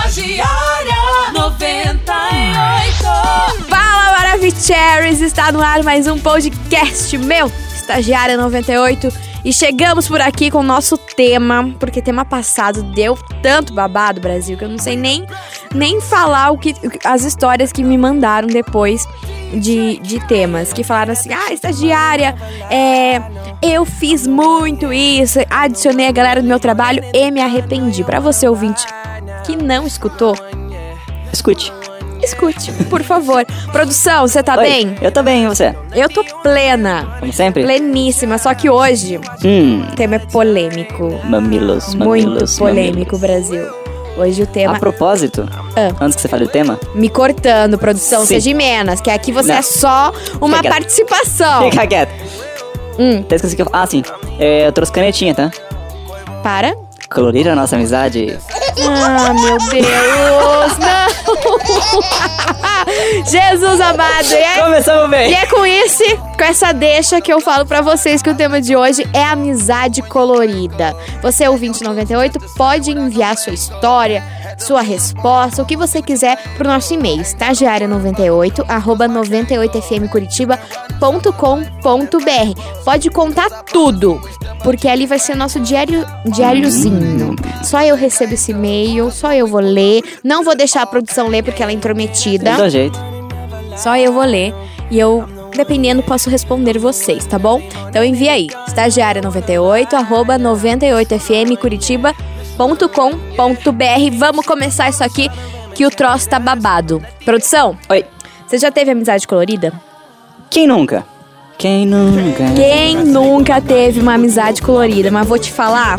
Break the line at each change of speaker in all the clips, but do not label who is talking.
Estagiária 98.
Fala Maravicheries, está no ar mais um podcast meu, Estagiária 98. E chegamos por aqui com o nosso tema, porque tema passado deu tanto babado, Brasil, que eu não sei nem, nem falar o que, o que- as histórias que me mandaram depois de, de temas. Que falaram assim, ah, estagiária, é, eu fiz muito isso, adicionei a galera do meu trabalho e me arrependi. Pra você, ouvinte, que não escutou,
Escute.
Escute, por favor. Produção, você tá
Oi,
bem?
Eu tô bem, e você?
Eu tô plena.
Como sempre?
Pleníssima. Só que hoje
Hum,
o tema é polêmico.
mamilos, mamilos.
Muito polêmico, Brasil. Hoje o tema.
mamilos. A propósito,
Ah.
antes que você fale do tema,
Me cortando, produção.
Sim.
Seja de menos, que aqui você
Não.
é só uma
Fica-
participação.
fica quieto.
Hum,
Até esqueci que eu... Ah, sim. É, eu trouxe canetinha, tá?
para.
Colorir a nossa amizade.
Ah, meu Deus, não! Jesus amado, e é
Começamos bem.
E é com esse, com essa deixa que eu falo pra vocês que o tema de hoje é amizade colorida. Você, ouvinte 98, pode enviar sua história, sua resposta, o que você quiser pro nosso e-mail, estagiária98, arroba 98fmcuritiba.com.br. Pode contar tudo, porque ali vai ser nosso diário, diáriozinho. Só eu recebo esse e-mail, só eu vou ler. Não vou deixar a produção ler porque ela é intrometida.
Eu dou jeito.
Só eu vou ler e eu, dependendo, posso responder vocês, tá bom? Então envia aí, estagiária98, arroba 98fmcuritiba.com.br. Vamos começar isso aqui, que o troço tá babado. Produção,
Oi.
você já teve amizade colorida?
Quem nunca? Quem nunca?
Quem nunca teve uma amizade colorida? Mas vou te falar,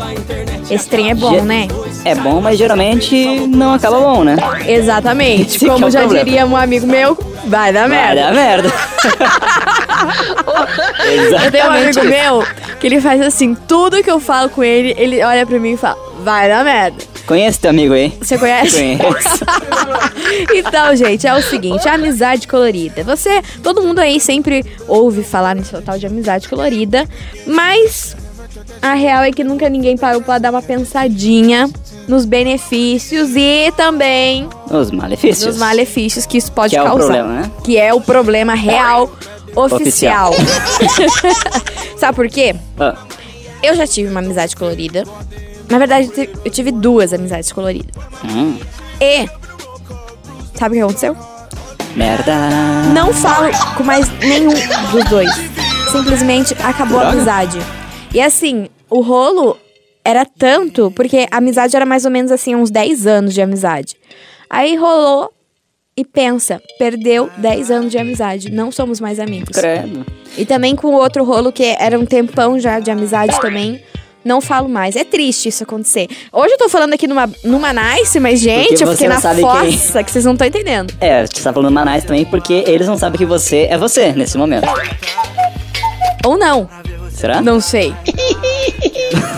esse trem é bom,
Ge-
né?
É bom, mas geralmente não acaba bom, né?
Exatamente.
Esse que é
Como
o
já
problema.
diria um amigo meu, vai dar
Vai
merda.
dar merda.
Eu tenho um amigo
Exatamente isso.
meu que ele faz assim, tudo que eu falo com ele, ele olha pra mim e fala, vai dar merda.
Conhece teu amigo aí?
Você conhece?
Conheço.
então, gente, é o seguinte, a amizade colorida. Você, todo mundo aí sempre ouve falar nesse tal de amizade colorida, mas a real é que nunca ninguém parou pra dar uma pensadinha nos benefícios e também
Os malefícios.
nos malefícios que isso pode
Que é o
causar.
problema, né?
Que é o problema real oficial.
Oficial.
Sabe por quê?
Ah,
Eu já tive uma amizade colorida. Na verdade, eu ti- eu tive duas amizades coloridas.
hum,
E. Sabe o que aconteceu?
merda.
Não falo com mais nenhum dos dois. Simplesmente acabou a
Droga.
amizade. E assim, o rolo era tanto, porque a amizade era mais ou menos assim, uns 10 anos de amizade. Aí rolou e pensa, perdeu 10 anos de amizade. Não somos mais amigos.
Credo.
E também com o outro rolo, que era um tempão já de amizade também. Não falo mais. É triste isso acontecer. Hoje eu tô falando aqui numa, numa nice, mas, gente,
Porque
eu
você
fiquei
não
na
sabe quem-
fossa, que vocês não estão entendendo.
É, você tá falando Manais também porque eles não sabem que você é você nesse momento.
Ou não.
Será?
Não sei.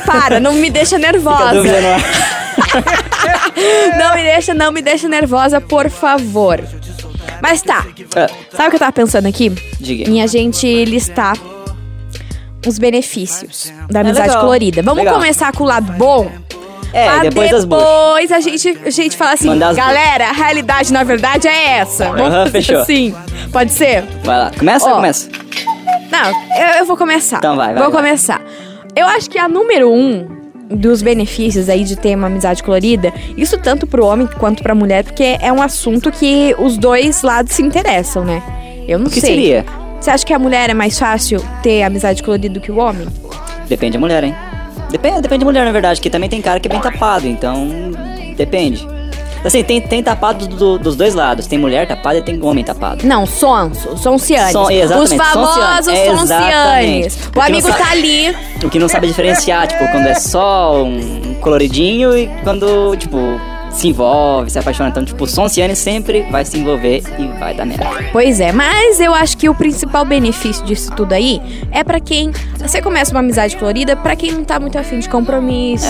Para, não me deixa
Fica a
nervosa.
dúvida no ar.
Não me deixa, não me deixa nervosa, por favor. Mas tá.
Ah,
Sabe o que eu tava pensando aqui?
diga.
em a gente listar os benefícios da amizade
É legal.
colorida. Vamos
Legal.
começar com o lado bom?
É,
pra
depois das boas.
depois a gente, a gente fala assim,
Mandar as boas.
galera, a realidade na verdade é essa. Vamos
Aham,
fazer
fechou.
assim. Pode ser?
Vai lá. Começa
Ó.
ou começa?
Não, eu, eu vou começar.
Então vai, vai,
Vou
vai.
começar. Eu acho que a número um dos benefícios aí de ter uma amizade colorida, isso tanto pro homem quanto pra mulher, porque é um assunto que os dois lados se interessam, né? Eu não
O que
sei.
seria?
Você acha que a mulher é mais fácil ter amizade colorida do que o homem?
Depende da mulher, hein? Depende, depende da mulher, na verdade, que também tem cara que é bem tapado, então. Depende. Assim, tem, tem tapado do- dos dois lados. Tem mulher tapada e tem homem tapado.
Não, sonso, soncianes.
Son-
Os
exatamente,
famosos
sonciane. Exatamente.
soncianes. O
Porque
amigo
não sabe-
tá ali.
O que não sabe diferenciar, tipo, quando é só um coloridinho e quando, tipo, se envolve, se apaixona. Então, tipo, o Sonciane sempre vai se envolver e vai dar merda.
Pois é, mas eu acho que o principal benefício disso tudo aí é pra quem. Você começa uma amizade colorida pra quem não tá muito afim de compromisso,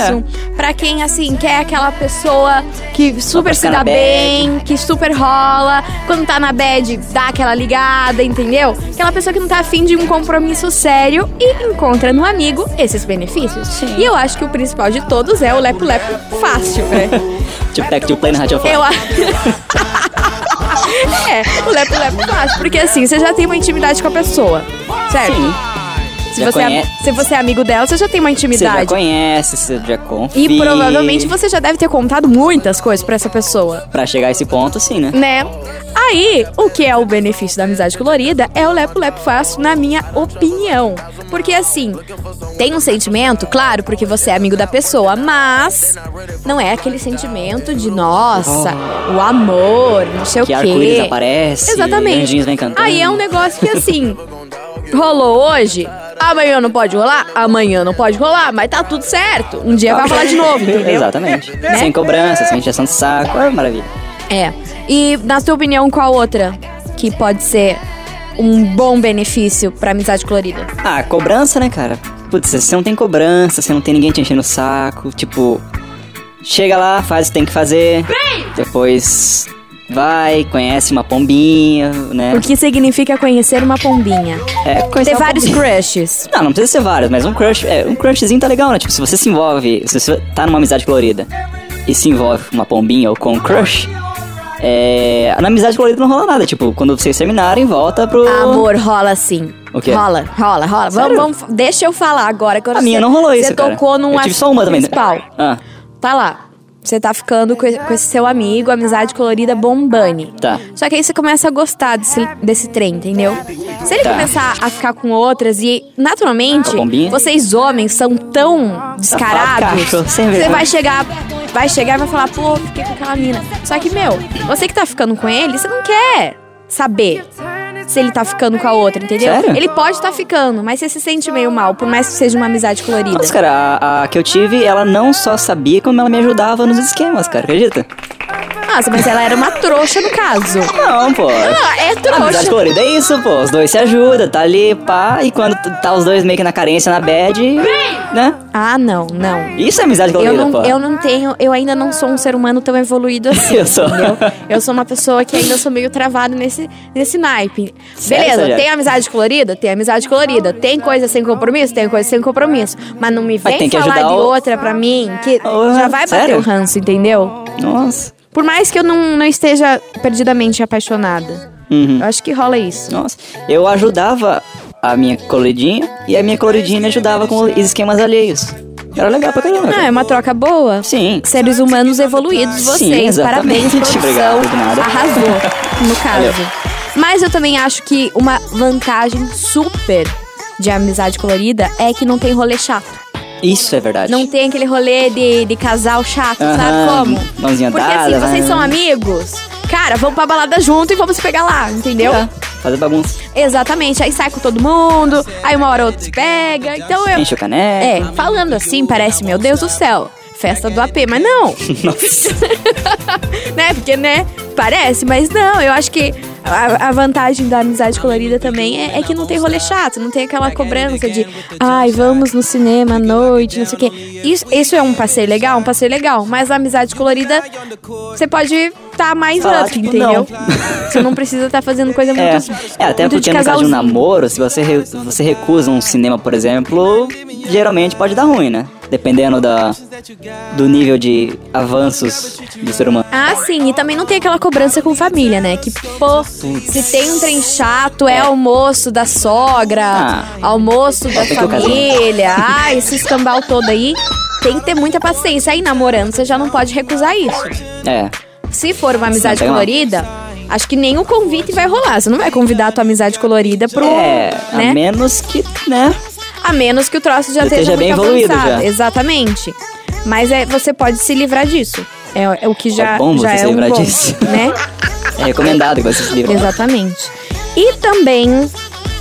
É.
pra quem, assim, quer aquela pessoa que
pra
super se
ficar
dá
na bad.
bem, que super rola, quando tá na bad dá aquela ligada, entendeu? Aquela pessoa que não tá afim de um compromisso sério e encontra no amigo esses benefícios. E eu acho que o principal de todos é o lepo-lepo fácil, né?
Tipo, tech, tipo, play na rádio
Eu acho. é, o lepo lepo fácil. Porque assim, você já tem uma intimidade com a pessoa. Certo?
Sim.
se,
já
você é,
conhece.
se você é amigo dela, você já tem uma
Você já
intimidade.
conhece, você já confia.
E provavelmente você já deve ter contado muitas coisas pra essa pessoa,
Pra chegar a esse ponto, sim, né?
né? Aí, o que é o benefício da amizade colorida é o lepo-lepo fácil, na minha opinião. Porque assim, tem um sentimento, claro, porque você é amigo da pessoa, mas não é aquele sentimento de, nossa, o amor, não sei
Oh. Que
o quê.
arco-íris aparece.
Exatamente.
Anjinhos vem cantando.
Aí é um negócio que assim, rolou hoje, amanhã não pode rolar, amanhã não pode rolar, mas tá tudo certo. Um dia vai rolar de novo, entendeu? Né?
Exatamente. Sem cobrança, sem injeção de saco. É maravilha.
É. E na sua opinião, qual outra que pode ser um bom benefício pra amizade colorida?
Ah, cobrança, né, cara? Putz, você não tem cobrança, você não tem ninguém te enchendo o saco. Tipo, chega lá, faz o que tem que fazer. Depois vai, conhece uma pombinha, né?
O que significa conhecer uma pombinha?
É, conhecer
Ter
uma
vários
pombinha.
crushes.
Não, não precisa ser vários, mas um crush, é, um crushzinho tá legal, né? Tipo, se você se envolve, se você tá numa amizade colorida e se envolve com uma pombinha ou com um crush, é, na amizade colorida não rola nada. Tipo, quando vocês terminarem, volta pro...
Amor, rola sim.
Oh. O quê?
Rola, rola, rola. Vamos,
Sério?
vamos, deixa eu falar agora. agora
A minha não rolou isso,
Você
cara.
tocou num
Eu tive só uma
assunto
também. né?
principal.
Ah,
Tá lá. Você tá ficando com e- com esse seu amigo, amizade colorida bombane.
tá.
Só que aí você começa a gostar desse, desse trem, entendeu? Se ele
Tá.
começar a ficar com outras e, naturalmente,
Com a bombinha?
vocês homens são tão descarados.
Cachorro, sem
Você
vergonha.
vai chegar, vai chegar e vai falar, pô, fiquei com aquela mina. Só que, meu, você que tá ficando com ele, você não quer saber se ele tá ficando com a outra, entendeu?
Sério?
Ele pode tá ficando, mas você se sente meio mal, por mais que seja uma amizade colorida.
Nossa, cara, a, a que eu tive, ela não só sabia como ela me ajudava nos esquemas, cara, acredita?
Nossa, mas ela era uma trouxa no caso.
Não, pô.
Ah, é
Amizade
trouxa.
colorida é isso, pô. Os dois se ajudam, tá ali, pá, e quando t- tá os dois meio que na carência, na bad, né?
Ah, não, não.
Isso é amizade
Eu
colorida, pô.
não, eu não tenho, eu ainda não sou um ser humano tão evoluído assim.
Eu sou.
entendeu? Eu sou uma pessoa que ainda sou meio travada nesse, nesse naipe.
Sério,
Beleza,
Sajara?
tem amizade colorida? Tem amizade colorida. Tem coisa sem compromisso? Tem coisa sem compromisso. Mas não me vem
tem que
falar
ajudar
de
o-
outra pra mim que
Oh,
já vai bater
sério?
o ranço, entendeu?
Nossa.
Por mais que eu não, não esteja perdidamente apaixonada.
Uhum.
Eu acho que rola isso.
Nossa. Eu ajudava a minha coloridinha e a minha coloridinha me ajudava com os esquemas alheios. Era legal pra caramba.
Ah,
cara.
é uma troca boa.
Sim.
Seres humanos evoluídos,
Sim,
vocês. Parabéns,
exatamente.
produção.
Obrigado, de nada.
Arrasou, no caso.
Valeu.
Mas eu também acho que uma vantagem super de amizade colorida é que não tem rolê chato.
Isso é verdade.
Não tem aquele rolê de, de casal chato, sabe
Aham,
como?
mãozinha
Porque assim,
dada, né? vai.
vocês são amigos. Cara, vamos pra balada junto e vamos se pegar lá, entendeu?
Tá. Fazer bagunça.
Exatamente. Aí sai com todo mundo, aí uma hora ou outra se pega. Então eu,
Enche o caneco.
é, falando assim, parece, meu Deus do céu, festa do AP, mas não. né? Porque, né? Parece, mas não, eu acho que. A, a vantagem da amizade colorida também é, é que não tem rolê chato, não tem aquela cobrança de ai, vamos no cinema à noite, não sei o quê. Isso, isso é um passeio legal, um passeio legal, mas a amizade colorida você pode estar mais
Ah,
up,
tipo,
entendeu?
não.
Você não precisa estar fazendo coisa muito.
É, é, até
muito de
porque no caso de um
casalzinho.
namoro, se você, re- se você recusa um cinema, por exemplo, geralmente pode dar ruim, né? Dependendo da, do nível de avanços do ser humano.
Ah, sim, e também não tem aquela cobrança com família, né? Que, pô, se tem um trem chato, é almoço da sogra,
Ah.
almoço da
Tem que ocasião.
família, ai, esse escambau todo aí. Tem que ter muita paciência. Aí, namorando, você já não pode recusar isso.
É,
Se for uma amizade
tem uma-
colorida, acho que nem o convite vai rolar. Você não vai convidar a tua amizade colorida pro.
é a
né?
menos que, né?
A menos que o troço já
Já
esteja
esteja bem
muito
evoluído
avançado.
já.
Exatamente. Mas é, você pode se livrar disso. É, é o que já
bom
já
você se
é um
livrar
bom,
disso.
né?
É recomendado que você se livre.
Exatamente. E também,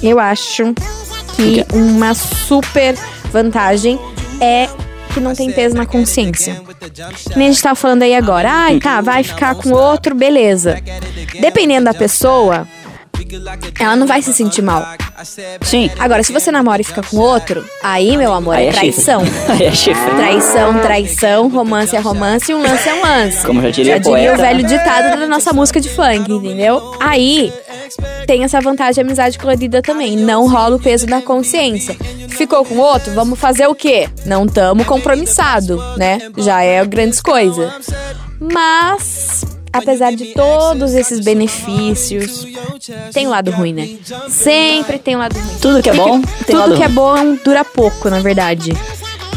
eu acho que uma super vantagem é que não tem peso na consciência. Que Nem a gente tava falando aí agora. Ai, tá, vai ficar com outro, beleza. Dependendo da pessoa, ela não vai se sentir mal.
Sim.
Agora, se você namora e fica com outro, aí, meu amor,
Aí
é
é
traição.
chifre. Aí é chifre.
Traição, traição, romance é romance e um lance é um lance.
Como já diria
já
o
diria o
poeta.
velho ditado da nossa música de funk, entendeu? Aí tem essa vantagem de amizade colorida também. Não rola o peso da consciência. Ficou com outro? Vamos fazer o quê? Não tamo compromissado, né? Já é grandes coisas. Mas, apesar de todos esses benefícios, tem um lado ruim, né? Sempre tem um lado ruim.
Tudo que é
Tem
bom, tem lado
tudo que é
ruim.
bom dura pouco, na verdade.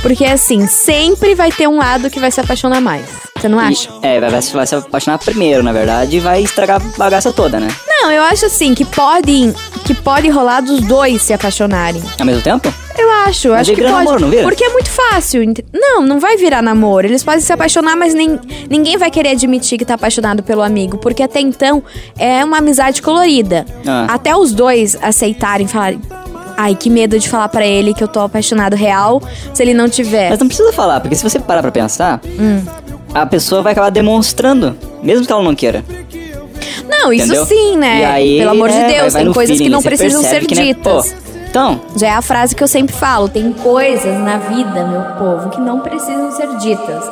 Porque assim, sempre vai ter um lado que vai se apaixonar mais. Você não acha?
E- É, vai, vai, se- vai se apaixonar primeiro, na verdade, e vai estragar a bagaça toda, né?
Não, eu acho assim que podem, que pode rolar dos dois se apaixonarem.
Ao mesmo tempo?
Eu acho, eu
Mas
acho
aí
que
vira
pode.
namoro, não vira?
Porque é muito fácil. ent- Não, não vai virar namoro. Eles podem se apaixonar, mas nem, ninguém vai querer admitir que tá apaixonado pelo amigo, porque até então é uma amizade colorida.
Ah.
Até os dois aceitarem falar Ai, que medo de falar pra ele que eu tô apaixonado real, se ele não tiver.
Mas não precisa falar, porque se você parar pra pensar,
Hum.
a pessoa vai acabar demonstrando, mesmo que ela não queira.
Não, isso
entendeu?
sim, né?
E aí,
Pelo amor de
né,
Deus,
vai- vai
tem
no
coisas que
feeling,
não
você
precisam ser
percebe que, né, pô,
ditas.
então,
Já é a frase que eu sempre falo: tem coisas na vida, meu povo, que não precisam ser ditas.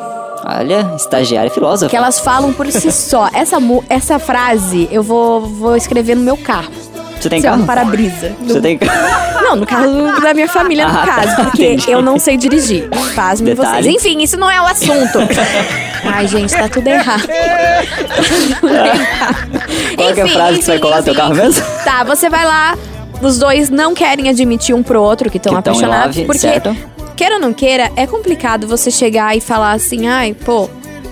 olha, estagiária filósofa.
Que elas falam por si só. Essa, mu- essa frase eu vou, vou escrever no meu carro.
Você tem
Sei lá,
carro?
No para-brisa.
Você tem
Não, no carro da minha família, no
Ah, tá,
caso. Porque
entendi.
eu não sei dirigir. Pasmem
Detalhe.
vocês. Enfim, isso não é o assunto. Ai, gente, tá tudo errado.
Qual que é a
Enfim,
frase que você vai
enfim,
colar no teu
enfim.
carro mesmo?
Tá, você vai lá. Os dois não querem admitir um pro outro que estão
Que tão em
apaixonados.
love,
porque,
certo.
queira ou não queira, é complicado você chegar e falar assim: ai, pô,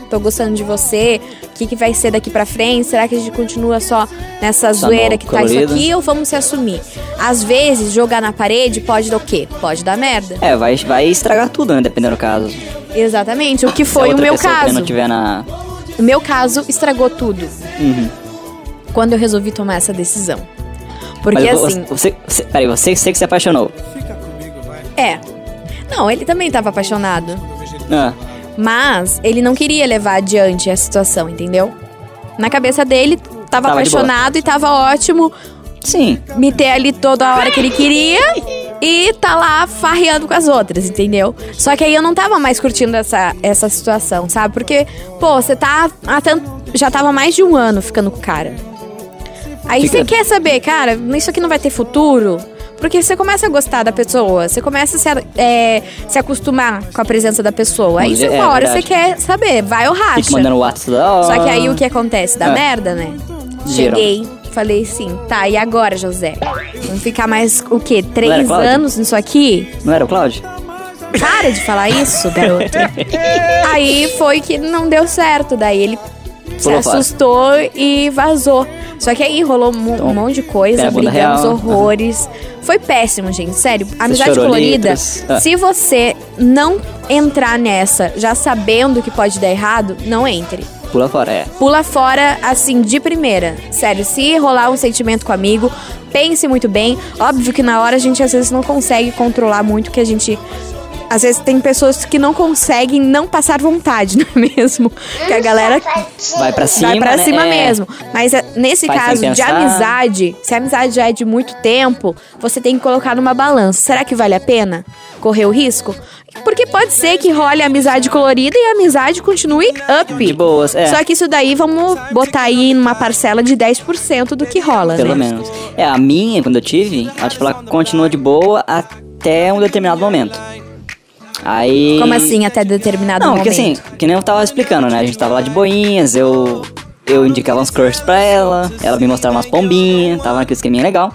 tô gostando de você, o que, que vai ser daqui pra frente? Será que a gente continua só nessa
Só
zoeira
no
que tá isso
colorido.
aqui ou vamos se assumir? Às vezes, jogar na parede pode dar o quê? Pode dar merda.
É, vai, vai estragar tudo, né? Dependendo do caso.
Exatamente, o que
Se a
foi o
outra
meu
pessoa também
caso.
não tiver na.
O meu caso estragou tudo
Uhum.
quando eu resolvi tomar essa decisão. Porque
Mas vo-
assim.
Você, você, peraí, você, você que se apaixonou.
É. Não, ele também tava apaixonado.
Ah,
Mas ele não queria levar adiante a situação, entendeu? Na cabeça dele, tava,
Tava de boa.
apaixonado e tava ótimo
sim.
me ter ali toda a hora que ele queria e tá lá farreando com as outras, entendeu? Só que aí eu não tava mais curtindo essa, essa situação, sabe? Porque, pô, você tá há tanto. Já tava há mais de um ano ficando com o cara. Aí
Fica-
você quer saber, cara, isso aqui não vai ter futuro? Porque você começa a gostar da pessoa, você começa a se, é, se acostumar com a presença da pessoa. Aí
Mas
você,
é,
uma
é
hora você
verdade.
quer saber, vai ou racha.
Fica mandando WhatsApp toda hora.
Só que aí o que acontece? Dá
É.
merda, né?
Geral.
Cheguei, falei assim, tá, e agora, José? Vamos ficar mais, o quê? Três
Cláudio?
anos nisso aqui?
Não era o Cláudio?
Para de falar isso, garoto. aí foi que não deu certo, daí ele se
Pulou fora.
assustou e vazou. Só que aí rolou mu- um monte de
pera
coisa,
Então, a bunda
brigamos
real.
horrores. Foi péssimo, gente, sério. Amizade
chorou
colorida,
litros. Ah.
se você não entrar nessa já sabendo que pode dar errado, não entre
Pula fora, é.
pula fora assim de primeira. Sério, se rolar um sentimento com o amigo, pense muito bem. Óbvio que na hora a gente às vezes não consegue controlar muito que a gente às vezes tem pessoas que não conseguem não passar vontade, não é mesmo? Que a galera
Vai pra cima.
vai pra
né?
cima
É.
mesmo. Mas é, nesse
Faz sem
caso de
pensar.
amizade, se a amizade já é de muito tempo, você tem que colocar numa balança. Será que vale a pena correr o risco? Porque pode ser que role a amizade colorida e a amizade continue up.
De boas, é.
Só que isso daí vamos botar aí numa parcela de 10% do que rola,
Pelo
né?
menos. É, a minha, quando eu tive, ela, tipo, ela continua de boa até um determinado momento. Aí.
Como assim, até determinado
Não,
momento?
porque assim, que nem eu tava explicando, né? A gente tava lá de boinhas, eu. Eu indicava uns cursos pra ela, ela me mostrava umas pombinhas, tava naquele esqueminha legal.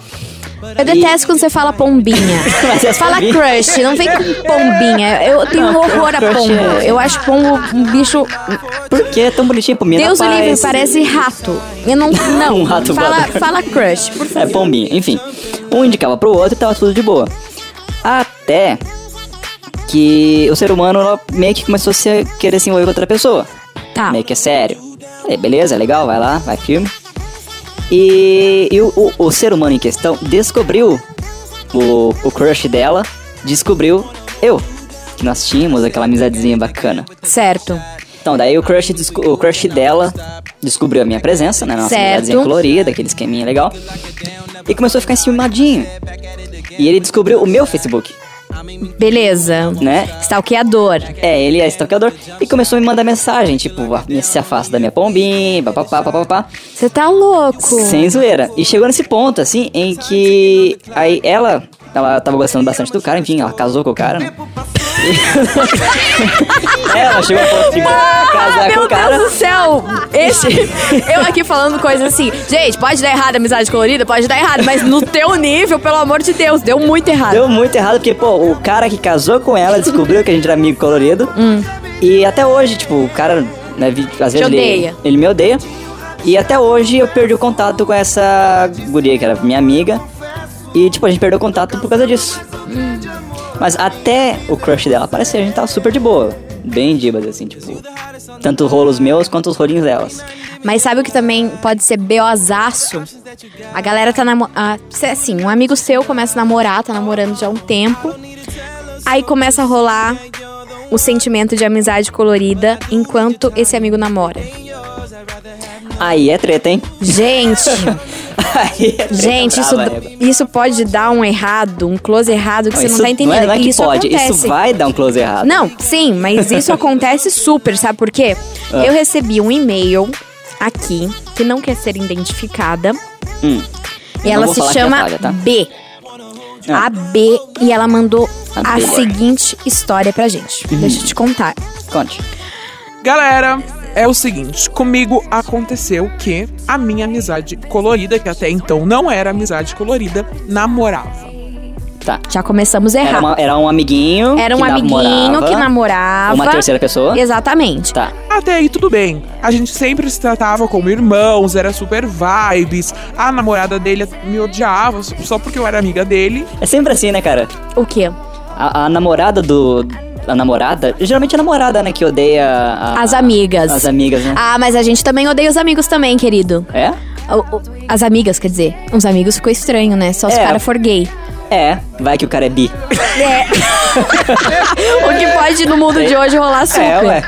Eu detesto quando você fala pombinha.
Mas é as
fala
pombinhas-
crush, não vem com pombinha. Eu tenho um horror a
crush
pombo.
é-
Eu acho pombo um bicho
Por que é tão bonitinho? Pombinha
Deus
da
o
paz.
livre, parece rato. Eu não. Não.
Um rato
fala,
voador.
fala crush, por
É,
favor.
pombinha. Enfim, um indicava pro outro e tava tudo de boa. Até que o ser humano ela meio que começou a se- querer se envolver com outra pessoa.
Tá.
Meio que é sério. Falei, beleza, legal, vai lá, vai firme. E, e o, o- o ser humano em questão descobriu o, o crush dela, descobriu eu. Que nós tínhamos aquela amizadezinha bacana.
Certo.
Então, daí o crush, desco- o crush dela descobriu a minha presença, né? Nossa
Certo.
amizadezinha colorida, aquele esqueminha legal. E começou a ficar enciumadinho. E ele descobriu o meu Facebook,
Beleza.
né?
Stalkeador.
É, ele é stalkeador. E começou a me mandar mensagem, tipo, "Ah, se afasta da minha pombinha, papapá, papapá.
Você tá louco.
Sem zoeira. E chegou nesse ponto, assim, em que aí ela, ela tava gostando bastante do cara, enfim, ela casou com o cara, né? Ela chegou a ponto de casar com
Ah, Meu
o cara.
Deus do céu! Esse, eu aqui falando coisa assim, gente, pode dar errado amizade colorida, pode dar errado, mas no teu nível, pelo amor de Deus, deu muito errado.
Deu muito errado, porque, pô, o cara que casou com ela descobriu que a gente era amigo colorido.
Hum.
E até hoje, tipo, o cara, né, vi- às vezes
odeia.
ele, ele me odeia. E até hoje eu perdi o contato com essa guria, que era minha amiga. E, tipo, a gente perdeu o contato por causa disso.
Hum.
Mas até o crush dela aparecer, a gente tava super de boa. Bem dibas, assim, tipo. Tanto os rolos meus quanto os rolinhos delas.
Mas sabe o que também pode ser beozaço? A galera tá namorando. Assim, um amigo seu começa a namorar, tá namorando já há um tempo. Aí começa a rolar o sentimento de amizade colorida enquanto esse amigo namora.
Aí é treta, hein?
Gente,
Aí é treta
gente, isso,
braba, né?
isso pode dar um errado, um close errado que você não
Isso
tá entendendo.
Não é, não é
E
que
isso
pode,
acontece.
isso vai dar um close errado.
Não, sim, mas isso acontece super, sabe por quê?
Ah.
Eu recebi um e-mail aqui que não quer ser identificada.
Hum.
E
Eu não
ela
vou
se
falar que
chama
apaga, tá?
B.
Ah.
A B e ela mandou
A
a,
B. Uhum.
seguinte história pra gente. Deixa eu te contar.
Conte.
Galera, é o seguinte, comigo aconteceu que a minha amizade colorida, que até então não era amizade colorida, namorava.
Tá.
Já começamos
Era,
errado.
uma- era um amiguinho.
Era um
que
amiguinho
namorava,
que namorava.
Uma terceira pessoa.
Exatamente.
Tá.
Até aí tudo bem. A gente sempre se tratava como irmãos, era super vibes. A namorada dele me odiava só porque eu era amiga dele.
É sempre assim, né, cara?
O quê?
A, a namorada do. A namorada? Geralmente é a namorada, né? Que odeia. a-
As amigas.
As amigas, né?
Ah, mas a gente também odeia os amigos também, querido.
É?
O- o- As amigas, quer dizer. Os amigos ficou estranho, né? Só se o
É.
cara for gay.
É. Vai que o cara é bi.
É. o que pode no mundo de hoje rolar super.
É, ué.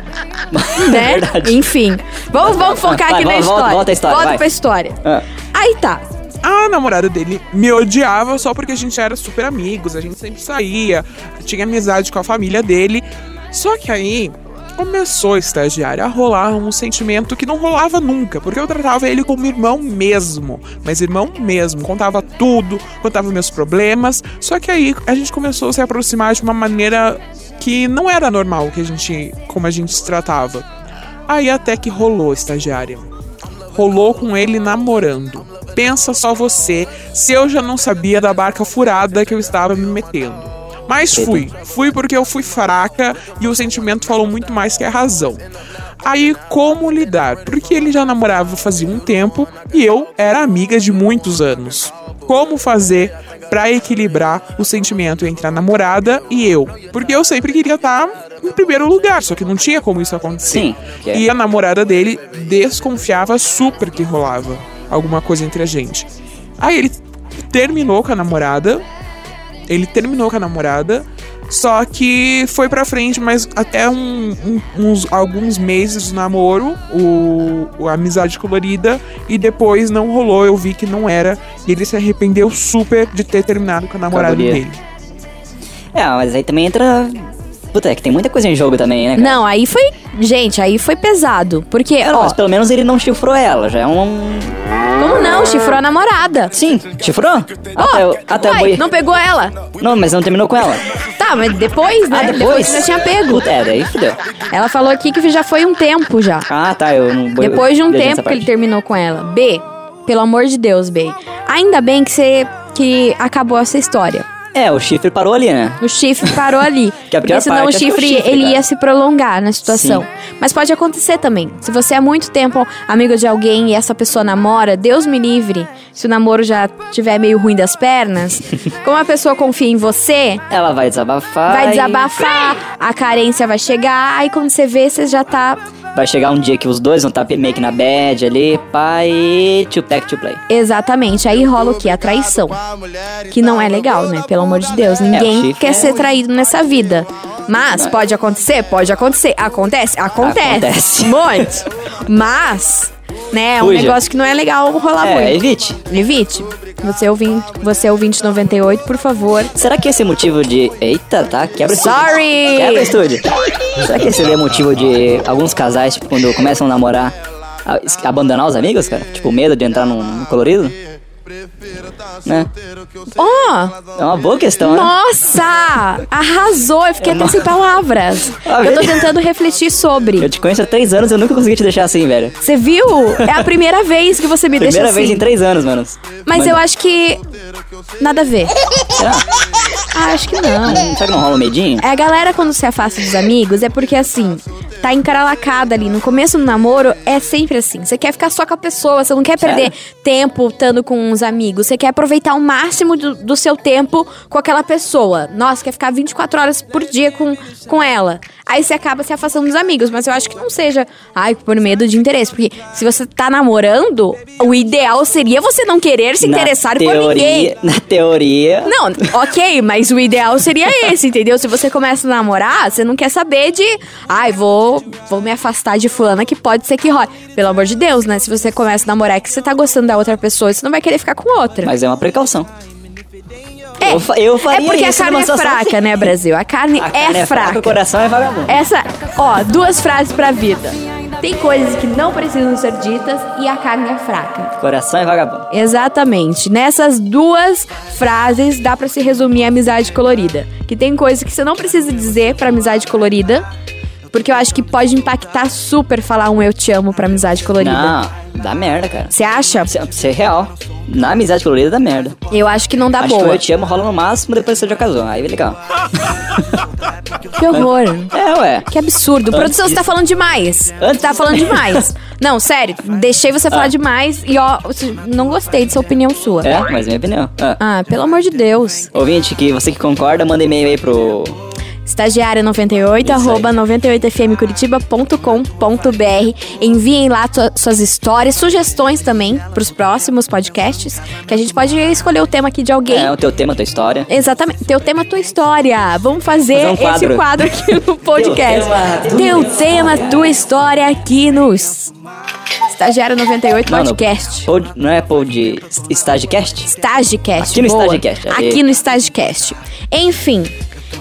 É
né?
Verdade.
Enfim. Vamos, vamos focar
Vai,
aqui na
volta-
história.
volta a história,
Volta
vai.
pra história.
Ah,
Aí tá.
A namorada dele me odiava só porque a gente era super amigos, a gente sempre saía, tinha amizade com a família dele. Só que aí começou estagiário a rolar um sentimento que não rolava nunca, porque eu tratava ele como irmão mesmo, mas irmão mesmo, contava tudo, contava meus problemas. Só que aí a gente começou a se aproximar de uma maneira que não era normal que a gente como a gente se tratava. Aí até que rolou estagiário rolou com ele namorando. Pensa só você, se eu já não sabia da barca furada que eu estava me metendo. Mas fui, fui porque eu fui fraca e o sentimento falou muito mais que a razão. Aí como lidar? Porque ele já namorava fazia um tempo e eu era amiga de muitos anos. Como fazer pra equilibrar o sentimento entre a namorada e eu? Porque eu sempre queria estar em primeiro lugar, só que não tinha como isso acontecer.
Sim, que é-
E a namorada dele desconfiava super que rolava alguma coisa entre a gente. Aí ele terminou com a namorada. Ele terminou com a namorada. Só que foi pra frente, mas até um- um- uns, alguns meses do namoro, o, o amizade colorida, e depois não rolou, eu vi que não era. E ele se arrependeu super de ter terminado com a namorada
guria.
dele.
é, mas aí também entra. Puta, é que tem muita coisa em jogo também, né? cara?
Não, aí foi. Gente, aí foi pesado. Porque,
É, não,
ó,
mas pelo menos ele não chifrou ela, já é um.
como não? Chifrou a namorada.
Sim, chifrou?
Ó,
até o- É, até o
uai,
boi-
não pegou ela.
Não, mas não terminou com ela.
Tá, mas depois, né?
Ah,
depois
depois?
que já tinha pego.
Puta, é, daí fudeu.
Ela falou aqui que já foi um tempo já.
Ah, tá, eu não.
Depois de um
viajei
tempo
nessa
que ele
parte.
terminou com ela. B, pelo amor de Deus, B. Ainda bem que você que acabou essa história.
É, o chifre parou ali, né?
O chifre parou ali.
Que a pior
Porque senão o
parte é que é o
chifre,
chifre,
ele
cara.
ia se prolongar na situação.
Sim.
Mas pode acontecer também. Se você é muito tempo amigo de alguém e essa pessoa namora, Deus me livre. Se o namoro já tiver meio ruim das pernas, como a pessoa confia em você,
Ela vai desabafar.
vai
e
desabafar, a carência vai chegar, aí quando você vê, você já tá
Vai chegar um dia que os dois vão estar meio que na bad ali, pai, to pack to play.
Exatamente, aí rola o que? A traição. Que não é legal, né? Pelo amor de Deus, ninguém
chifre
quer
é
ser traído nessa vida. Mas pode acontecer? Pode acontecer. Acontece? Acontece.
Acontece.
Um monte. Mas, né, é um
Fuja.
negócio que não é legal rolar
É,
muito.
evite.
Evite. Você ouvinte, você é ouvinte 98, por favor.
Será que esse é motivo de. Eita, tá? Quebra o estúdio.
Sorry!
Quebra o estúdio. Será que esse é motivo de alguns casais, tipo, quando começam a namorar, a- es- abandonar os amigos, cara? Tipo, medo de entrar num num colorido? né?
Ó!
É uma boa questão, né?
nossa! Arrasou! Eu
É
fiquei até sem palavras.
Ah,
Eu tô
vê?
tentando refletir
Eu
sobre.
te conheço há três anos e eu nunca consegui te deixar assim, velho.
Você viu? É a primeira vez que você me
Primeira
deixa
vez
assim.
então, em três anos, mano.
Mas eu acho que. Nada a ver.
Será?
Ah, acho que não.
Será que não rola um medinho?
É, a galera quando se afasta dos amigos é porque assim, tá encaralacada ali. No começo do namoro é sempre assim. Você quer ficar só com a pessoa, você não quer perder tempo estando com os amigos. Você quer aproveitar o máximo do, do seu tempo com aquela pessoa. Nossa, quer ficar 24 horas por dia com, com ela. Aí você acaba se afastando dos amigos, mas eu acho que não seja, ai, por medo de interesse. Porque se você tá namorando, o ideal seria você não querer se interessar
na
por ninguém.
teoria, Na teoria.
Não, ok, mas o ideal seria esse, entendeu? Se você começa a namorar, você não quer saber de. Ai, vou, vou me afastar de fulana que pode ser que role. Pelo amor de Deus, né? Se você começa a namorar é que você tá gostando da outra pessoa, você não vai querer ficar com outra.
Mas é uma precaução.
é,
eu fa- eu faria
é porque a
isso
carne
numa
é
situação
fraca,
assim.
né, Brasil? A carne,
A carne
é fraca.
O coração é vagabundo.
Essa, ó, duas frases pra vida. Tem coisas que não precisam ser ditas e a carne é fraca.
Coração é vagabundo.
Exatamente. Nessas duas frases dá pra se resumir a amizade colorida. Que tem coisa que você não precisa dizer pra amizade colorida, porque eu acho que pode impactar super falar um eu te amo pra amizade colorida.
Não, dá merda, cara.
Você acha?
Isso é- Isso é real. Na amizade colorida dá merda.
Eu acho que não dá
Acho que o
Tá boa.
eu te amo rola no máximo depois que você já casou. Aí é legal.
Que horror.
É, ué.
Que absurdo. Produção, você tá falando demais. Você
Antes
tá
disso-
falando demais. Não, sério, deixei você falar demais e ó, não gostei dessa opinião sua.
É, mas é minha opinião. Ah.
Ah, pelo amor de Deus.
Ouvinte, que você que concorda, manda e-mail aí pro.
Estagiária 98,
Isso aí.
arroba 98fmcuritiba.com.br. Enviem lá sua- suas histórias, sugestões também pros próximos podcasts, que a gente pode escolher o tema aqui de alguém.
É, o teu tema, a tua história.
Exatamente. Teu tema, tua história. Vamos fazer,
Fazer um quadro.
esse quadro aqui no podcast.
Teu tema, tua
Teu tema, tua história aqui no S- Estagiária 98
Mano,
Podcast.
pod- não é pod. Stagecast?
Stagecast.
Aqui no
boa.
Stagecast, é. aí.
Aqui no Stagecast. Enfim.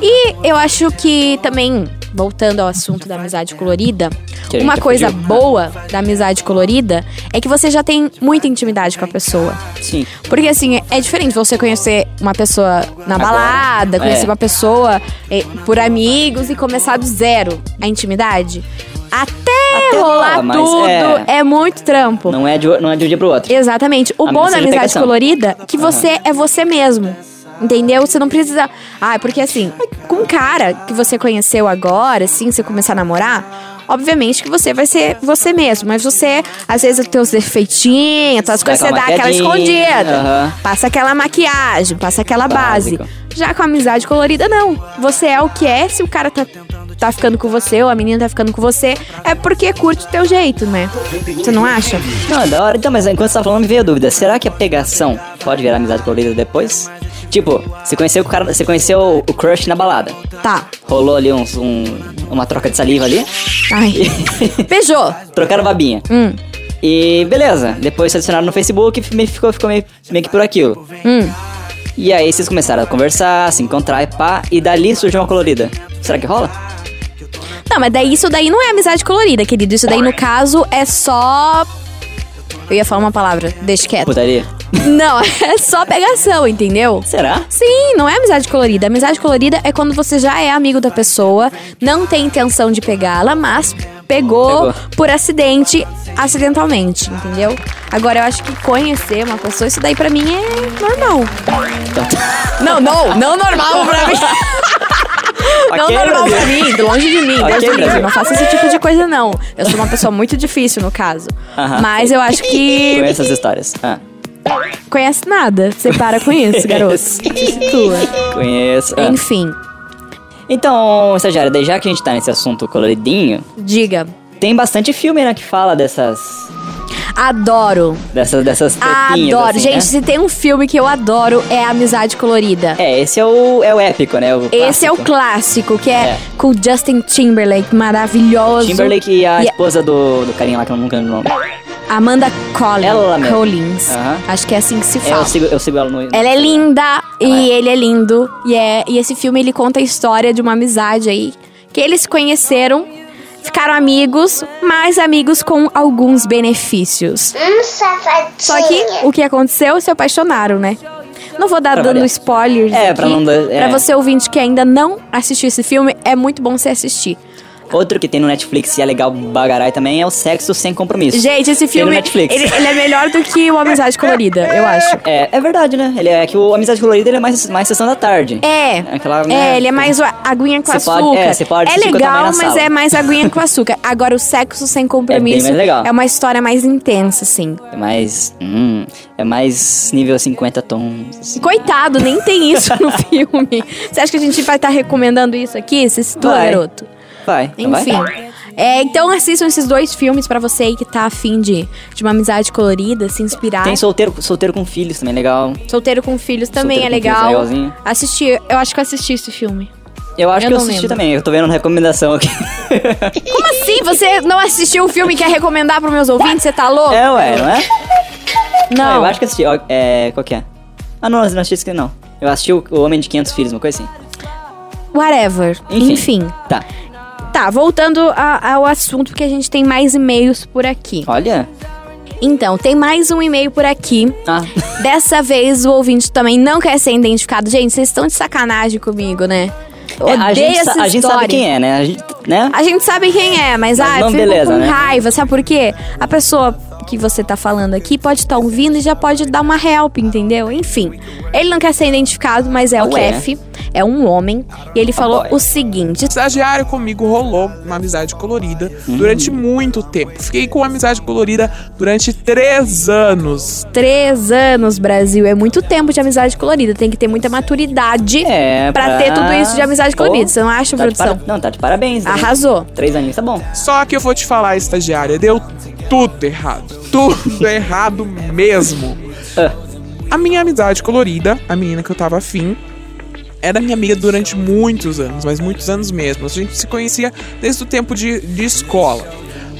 E eu acho que também, voltando ao assunto da amizade colorida,
Que a gente
uma
já
coisa
fugiu.
boa da amizade colorida é que você já tem muita intimidade com a pessoa.
Sim.
Porque assim, é diferente você conhecer uma pessoa na
Agora.
balada, conhecer
É.
uma pessoa eh, por amigos e começar do zero a intimidade. Até,
Até
rolar
rola, mas
tudo
é.
é... muito trampo.
Não é, de, não é de um dia pro outro.
Exatamente. O
A
bom
menos
da
seja
amizade
pegação.
colorida é que você é você mesmo. Entendeu? Você não precisa. Ah, porque assim, com um cara que você conheceu agora, assim, você começar a namorar, obviamente que você vai ser você mesmo. Mas você, às vezes, tem os defeitinhos, essas
Dá
coisas, você
aquela
dá aquela
maquiadinha,
escondida.
aham.
Passa aquela maquiagem, passa aquela base.
Básico.
Já com a amizade colorida, não. Você é o que é, se o cara tá, tá ficando com você, ou a menina tá ficando com você, é porque curte o teu jeito, né? Você não acha?
Não, é da hora. Então, mas enquanto você tá falando, me veio a dúvida. Será que a pegação pode virar amizade colorida depois? Tipo, você conheceu o cara. Você conheceu o crush na balada.
Tá.
Rolou ali uns, um, uma troca de saliva ali.
Ai. Beijou.
Trocaram babinha.
Hum.
E beleza. Depois se adicionaram no Facebook e meio que ficou, ficou meio, meio que por aquilo.
Hum.
E aí vocês começaram a conversar, se encontrar e pá, e dali surgiu uma colorida. Será que rola?
Não, mas daí isso daí não é amizade colorida, querido. Isso daí, no caso, é só. Eu ia falar uma palavra, deixa quieto.
É Putaria.
Não, é só pegação, entendeu?
Será?
Sim, não é amizade colorida. Amizade colorida é quando você já é amigo da pessoa, não tem intenção de pegá-la, mas pegou,
Pegou.
por acidente, acidentalmente, entendeu? Agora eu acho que conhecer uma pessoa, isso daí pra mim é normal. Não, não, não normal pra mim. Não
Ok,
normal
Brasil.
pra mim, de longe de mim.
Ok,
Deus me livre,
Brasil.
não faça esse tipo de coisa, não. Eu sou uma pessoa muito difícil, no caso.
Aham.
Mas eu acho que
Conheço essas histórias. Ah,
conhece nada. Você para com isso, garoto. Se situa.
conheço. Ah.
Enfim,
Então, estagiário, daí já que a gente tá nesse assunto coloridinho,
diga.
tem bastante filme, né, que fala dessas.
Adoro.
Dessas, dessas tretinhas,
Ah, Adoro.
assim,
Gente,
né?
se tem um filme que eu adoro, é Amizade Colorida.
É, esse é o, é o épico, né? o
Esse é o
clássico.
clássico, que é,
É.
com o Justin Timberlake, maravilhoso.
Timberlake e a
E a-
esposa do, do carinha lá que eu nunca lembro o nome.
Amanda Collins.
Ela mesmo.
Collins.
Aham.
Acho que é assim que se
É,
fala.
eu sigo, eu sigo ela no.
Ela é linda e
é.
ele é lindo. E, é, e esse filme ele conta a história de uma amizade aí. Que eles se conheceram, ficaram amigos, mas amigos com alguns benefícios.
Hum, safadinha.
Só que o que aconteceu? Se apaixonaram, né? Não vou dar
Pra
dando
variar.
spoilers.
É,
aqui.
pra não dar- é.
Pra você ouvinte que ainda não assistiu esse filme, é muito bom você assistir.
Outro que tem no Netflix e é legal bagarai também é o Sexo Sem Compromisso.
Gente, esse
Tem no
filme.
Netflix.
Ele, ele é melhor do que uma amizade colorida, eu acho.
É, é verdade, né? Ele é que o Amizade Colorida ele é mais, mais Sessão da Tarde.
É.
Aquela,
é,
né,
ele é mais a- aguinha com
Você
açúcar.
pode- é, você pode
é
assistir com a tua mãe
legal,
na
mas
sala.
é mais aguinha com açúcar. Agora, o sexo sem compromisso
mais legal.
é uma história mais intensa, assim.
É mais. Hum, é mais nível 50 tons. assim.
Coitado, nem tem isso no filme. Você acha que a gente vai estar recomendando isso aqui? Esse estudo,
Vai.
garoto.
Vai, não vai?
Enfim. É, então assistam esses dois filmes pra você aí que tá afim de, de uma amizade colorida, se inspirar.
Tem solteiro, solteiro com filhos também, é legal.
Solteiro com filhos também é
Solteiro com
legal.
Filhos, é legalzinho.
Assisti, eu acho que eu assisti esse filme.
Eu
Eu
acho que eu
não
assisti
lembro.
também, eu tô vendo uma recomendação aqui.
Como assim? Você não assistiu o filme e quer recomendar pros meus ouvintes? Você tá louco?
é, ué, não é? Ah,
Não.
Eu acho que assisti. ó, É, qual que é? Ah, não, eu não assisti isso aqui não. Eu assisti o, o Homem de 500 Filhos, uma coisa assim.
Whatever.
Enfim.
Enfim.
Tá.
Tá, voltando a- ao assunto, porque a gente tem mais e-mails por aqui.
Olha.
Então, tem mais um e-mail por aqui.
Ah.
Dessa vez o ouvinte também não quer ser identificado. Gente, vocês estão de sacanagem comigo, né? Eu
É,
Odeio
a, gente,
essa
sa- a gente
história.
sabe quem é, né? A gente, né?
A gente sabe quem é, mas,
Mas
ah,
não,
fico
beleza,
com
né?
raiva, sabe por quê? A pessoa que você tá falando aqui pode estar ouvindo e já pode dar uma help, entendeu? Enfim, ele não quer ser identificado, mas é o
Ok,
F, é um homem, e ele falou
boy.
o seguinte:
Estagiário comigo rolou uma amizade colorida durante muito tempo. Fiquei com amizade colorida durante três anos.
três anos, Brasil, é muito tempo de amizade colorida, tem que ter muita maturidade
É,
pra ter tudo isso de amizade
Pô,
colorida. Você não acha,
tá de
produção?
para- Não, tá de parabéns. né?
Arrasou.
Três aninhos, tá bom.
Só que eu vou te falar, estagiária, deu tudo errado. Tudo errado mesmo.
Ah.
A minha amizade colorida, a menina que eu tava afim, era minha amiga durante muitos anos, mas muitos anos mesmo. A gente se conhecia desde o tempo de, de escola.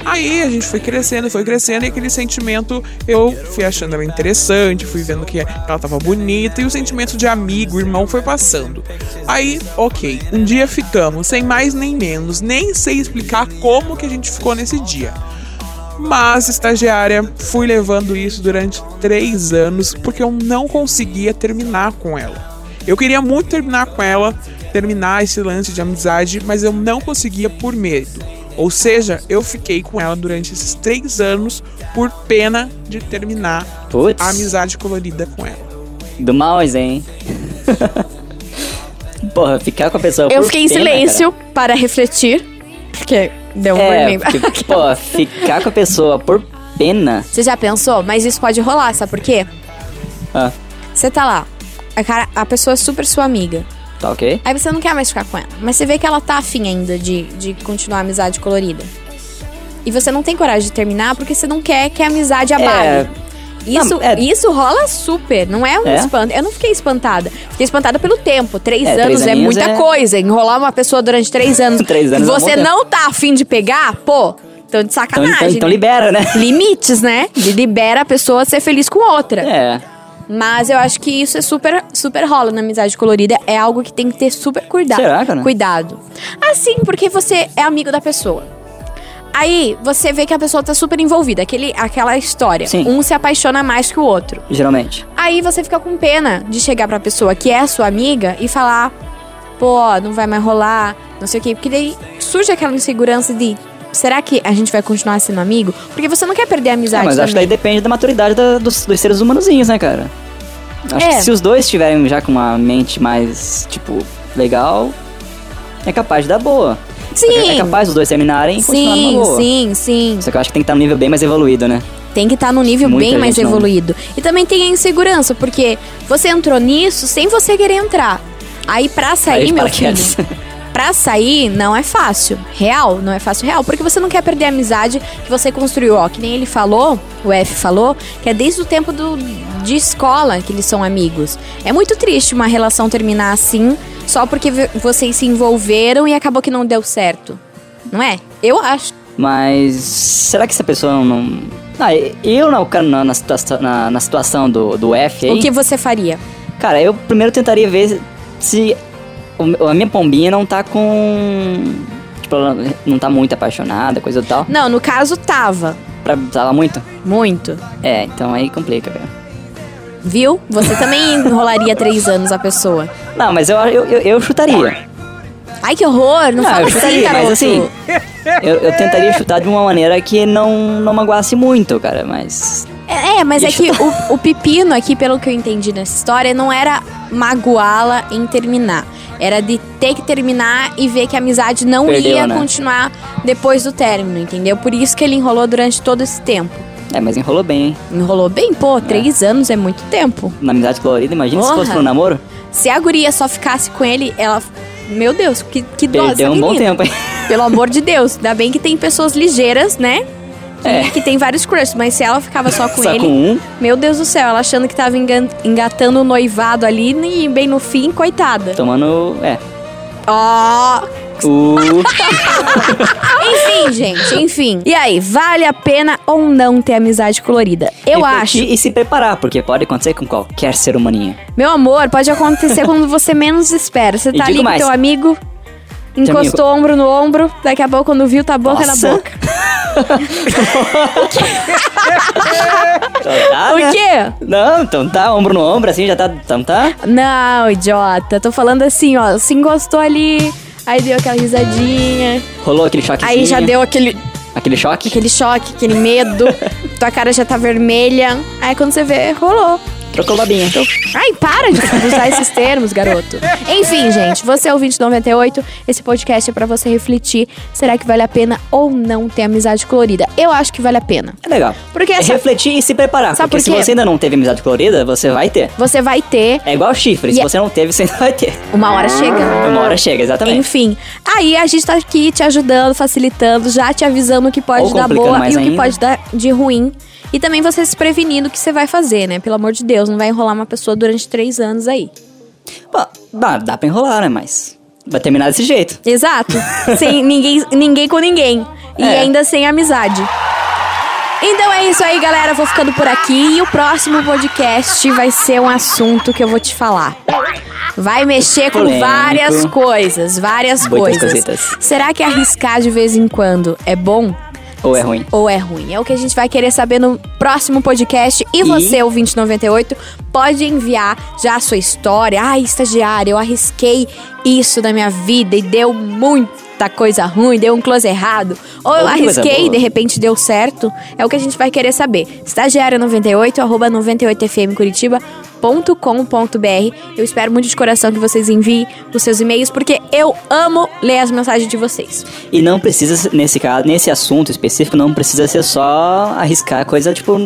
Aí a gente foi crescendo, foi crescendo, e aquele sentimento eu fui achando ela interessante, fui vendo que ela tava bonita, e o sentimento de amigo, irmão, foi passando. Aí, ok, um dia ficamos, sem mais nem menos, nem sei explicar como que a gente ficou nesse dia. Mas, estagiária, fui levando isso durante três anos porque eu não conseguia terminar com ela. Eu queria muito terminar com ela, terminar esse lance de amizade, mas eu não conseguia por medo. Ou seja, eu fiquei com ela durante esses três anos por pena de terminar
Putz.
a amizade colorida com ela.
Do mouse, hein? Porra, ficar com a pessoa.
Eu
por
fiquei em
pena,
silêncio para refletir, porque deu um
Cara. É,
vermelho.
porque, pô, ficar com a pessoa por pena.
Você já pensou? Mas isso pode rolar, sabe por quê?
Ah,
Você tá lá, a, cara, a pessoa é super sua amiga.
tá ok?
Aí você não quer mais ficar com ela. Mas você vê que ela tá afim ainda de, de continuar a amizade colorida. E você não tem coragem de terminar porque você não quer que a amizade abale. Isso,
Não, é-
isso rola super, não é um
É?
espanto. Eu não fiquei espantada. Fiquei espantada pelo tempo. Três
É, três
anos é
aninhos
muita
é-
coisa. Enrolar uma pessoa durante três anos.
Três anos é um
Você
bom tempo.
não tá afim de pegar, pô, então de
Então,
sacanagem.
então, então libera, né?
Limites, né? Li- Libera a pessoa a ser feliz com outra.
É.
Mas eu acho que isso é super, super rola na amizade colorida. É algo que tem que ter super cuidado.
Será, cara?
Cuidado. Assim, porque você é amigo da pessoa. Aí você vê que a pessoa tá super envolvida, aquele, aquela história.
Sim.
Um se apaixona mais que o outro.
Geralmente.
Aí você fica com pena de chegar pra pessoa que é sua amiga e falar: pô, não vai mais rolar, não sei o quê. Porque daí surge aquela insegurança de: será que a gente vai continuar sendo amigo? Porque você não quer perder a amizade.
Ah, mas acho que
também.
daí depende da maturidade da- dos, dos seres humanozinhos, né, cara? Acho
É.
que se os dois tiverem já com uma mente mais, tipo, legal, é capaz de dar boa. É, é
Sim!
capaz os dois terminarem e é continuar numa
Sim,
boa.
sim, sim.
Só que eu acho que tem que estar num nível bem mais evoluído, né?
Tem que estar num nível
Muita
bem
gente
mais
não.
evoluído. E também tem a insegurança, porque você entrou nisso sem você querer entrar. Aí pra sair,
de
meu
paraquedas.
filho, pra sair não é fácil. Real, não é fácil real, porque você não quer perder a amizade que você construiu, ó, que nem ele falou, o F falou, que é desde o tempo do, de escola que eles são amigos. É muito triste uma relação terminar assim, só porque v- vocês se envolveram e acabou que não deu certo. Não é? Eu acho.
Mas será que essa pessoa não. Ah, e- eu na, na, na, situa- na, na situação do, do F aí.
O que você faria?
Cara, eu primeiro tentaria ver se o- a minha pombinha não tá com. Tipo, ela não tá muito apaixonada, coisa e tal.
Não, no caso tava.
Pra, tava muito?
Muito.
É, então aí complica, velho.
Viu? Você também enrolaria três anos a pessoa.
Não, mas eu, eu, eu, eu chutaria.
Ai, que horror! Não
Ah,
fala
eu
assim,
chutaria,
garoto.
mas assim. Eu, eu tentaria chutar de uma maneira que não, não magoasse muito, cara, mas.
É, é, mas é
Deixa
que o, o pepino aqui, pelo que eu entendi nessa história, não era magoá-la em terminar. Era de ter que terminar e ver que a amizade não
Perdeu,
ia
né?
continuar depois do término, entendeu? Por isso que ele enrolou durante todo esse tempo.
É, mas enrolou bem, hein?
Enrolou bem, pô, três anos é muito tempo.
Na amizade colorida, imagina se
Porra.
fosse pro namoro.
Se a guria só ficasse com ele, ela. Meu Deus, que, que dó dessa
Perdeu um bom
menina.
tempo, hein?
Pelo amor de Deus. Ainda bem que tem pessoas ligeiras, né? Que,
É.
que tem vários crushes, mas se ela ficava só com
Só
ele,
com um.
meu Deus do céu, ela achando que tava engan- engatando o noivado ali e bem no fim, coitada.
Tomando. É.
Ó,
O.
enfim, gente, enfim. E aí, vale a pena ou não ter amizade colorida? Eu
e,
acho.
E, e se preparar, porque pode acontecer com qualquer ser humaninho.
Meu amor, pode acontecer quando você menos espera. Você tá
digo
ali
mais.
com teu amigo, encostou o ombro no ombro, daqui a pouco quando viu, tá a boca
Nossa.
na boca.
Então tá,
O
né?
quê?
Não, então tá, ombro no ombro, assim, já tá. Então tá.
Não, idiota. Tô falando assim, ó. Se encostou ali, aí deu aquela risadinha.
Rolou aquele choque.
Aí já deu aquele,
Aquele choque.
aquele choque, aquele medo. Tua cara já tá vermelha. Aí quando você vê, rolou.
Trocou Então, babinha.
Ai, para de usar esses termos, garoto. Enfim, gente, você é o 2098. Esse podcast é pra você refletir. Será que vale a pena ou não ter amizade colorida? Eu acho que vale a pena.
É legal.
Porque assim,
É
essa-
refletir e se preparar.
Sabe
porque
por
se
quê?
você ainda não teve amizade colorida, você vai ter.
Você vai ter,
É igual chifre,
E é-
se você não teve, você ainda vai ter.
uma hora chega.
Uma hora chega, exatamente.
Enfim, aí a gente tá aqui te ajudando, facilitando, já te avisando o que pode
Ou
dar
complicando
boa
mais
e o que
ainda.
pode dar de ruim. E também você se prevenindo o que você vai fazer, né? Pelo amor de Deus, não vai enrolar uma pessoa durante três anos aí.
Bom, dá, dá pra enrolar, né? Mas vai terminar desse jeito.
Exato. sem ninguém, ninguém com ninguém. E
É.
ainda sem amizade. Então é isso aí, galera. Vou ficando por aqui. E o próximo podcast vai ser um assunto que eu vou te falar. Vai mexer com
Polêmico.
várias coisas, várias
Muitas
coisas.
cositas.
Será que arriscar de vez em quando é bom
Ou é ruim.
ou é ruim? É o que a gente vai querer saber no próximo podcast. E, você, o 2098, pode enviar já a sua história. Ai, estagiária, eu arrisquei isso na minha vida e deu muita coisa ruim, deu um close errado. Ou eu
Alguma coisa
arrisquei e
boa.
de repente deu certo. É o que a gente vai querer saber. Estagiária98, arroba 98fmcuritiba.com.br. Eu espero muito de coração que vocês enviem os seus e-mails, porque eu amo ler as mensagens de vocês.
E não precisa, nesse caso, nesse assunto específico, não precisa ser só arriscar coisa, tipo,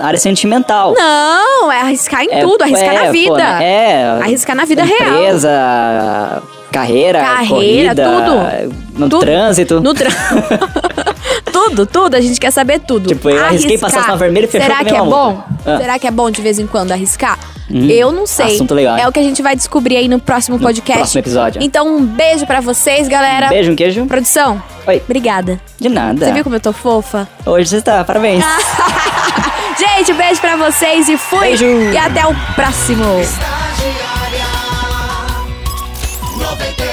área sentimental.
Não, é arriscar em
É,
tudo, arriscar
é,
na
pô,
vida.
né? É.
Arriscar na vida real.
empresa, carreira,
Carreira,
corrida,
tudo.
No
Tudo.
trânsito.
No tra... tudo, tudo, a gente quer saber tudo.
Tipo, eu arrisquei
Arriscar.
passar sinal vermelho e fechou
Será
que
que
nem
é
uma
bom?
multa. Ah. Hum,
Será que é bom de vez em quando arriscar? eu não sei.
assunto legal, hein?
É o que a gente vai descobrir aí no próximo podcast.
próximo episódio.
Então, um beijo pra vocês, galera.
Beijo, um queijo.
Produção,
Oi. Tá.
obrigada.
De nada.
Você viu como eu tô fofa?
Hoje você tá, parabéns.
Gente, beijo pra vocês e fui.
Beijo.
E até o próximo.
Estagiária 98.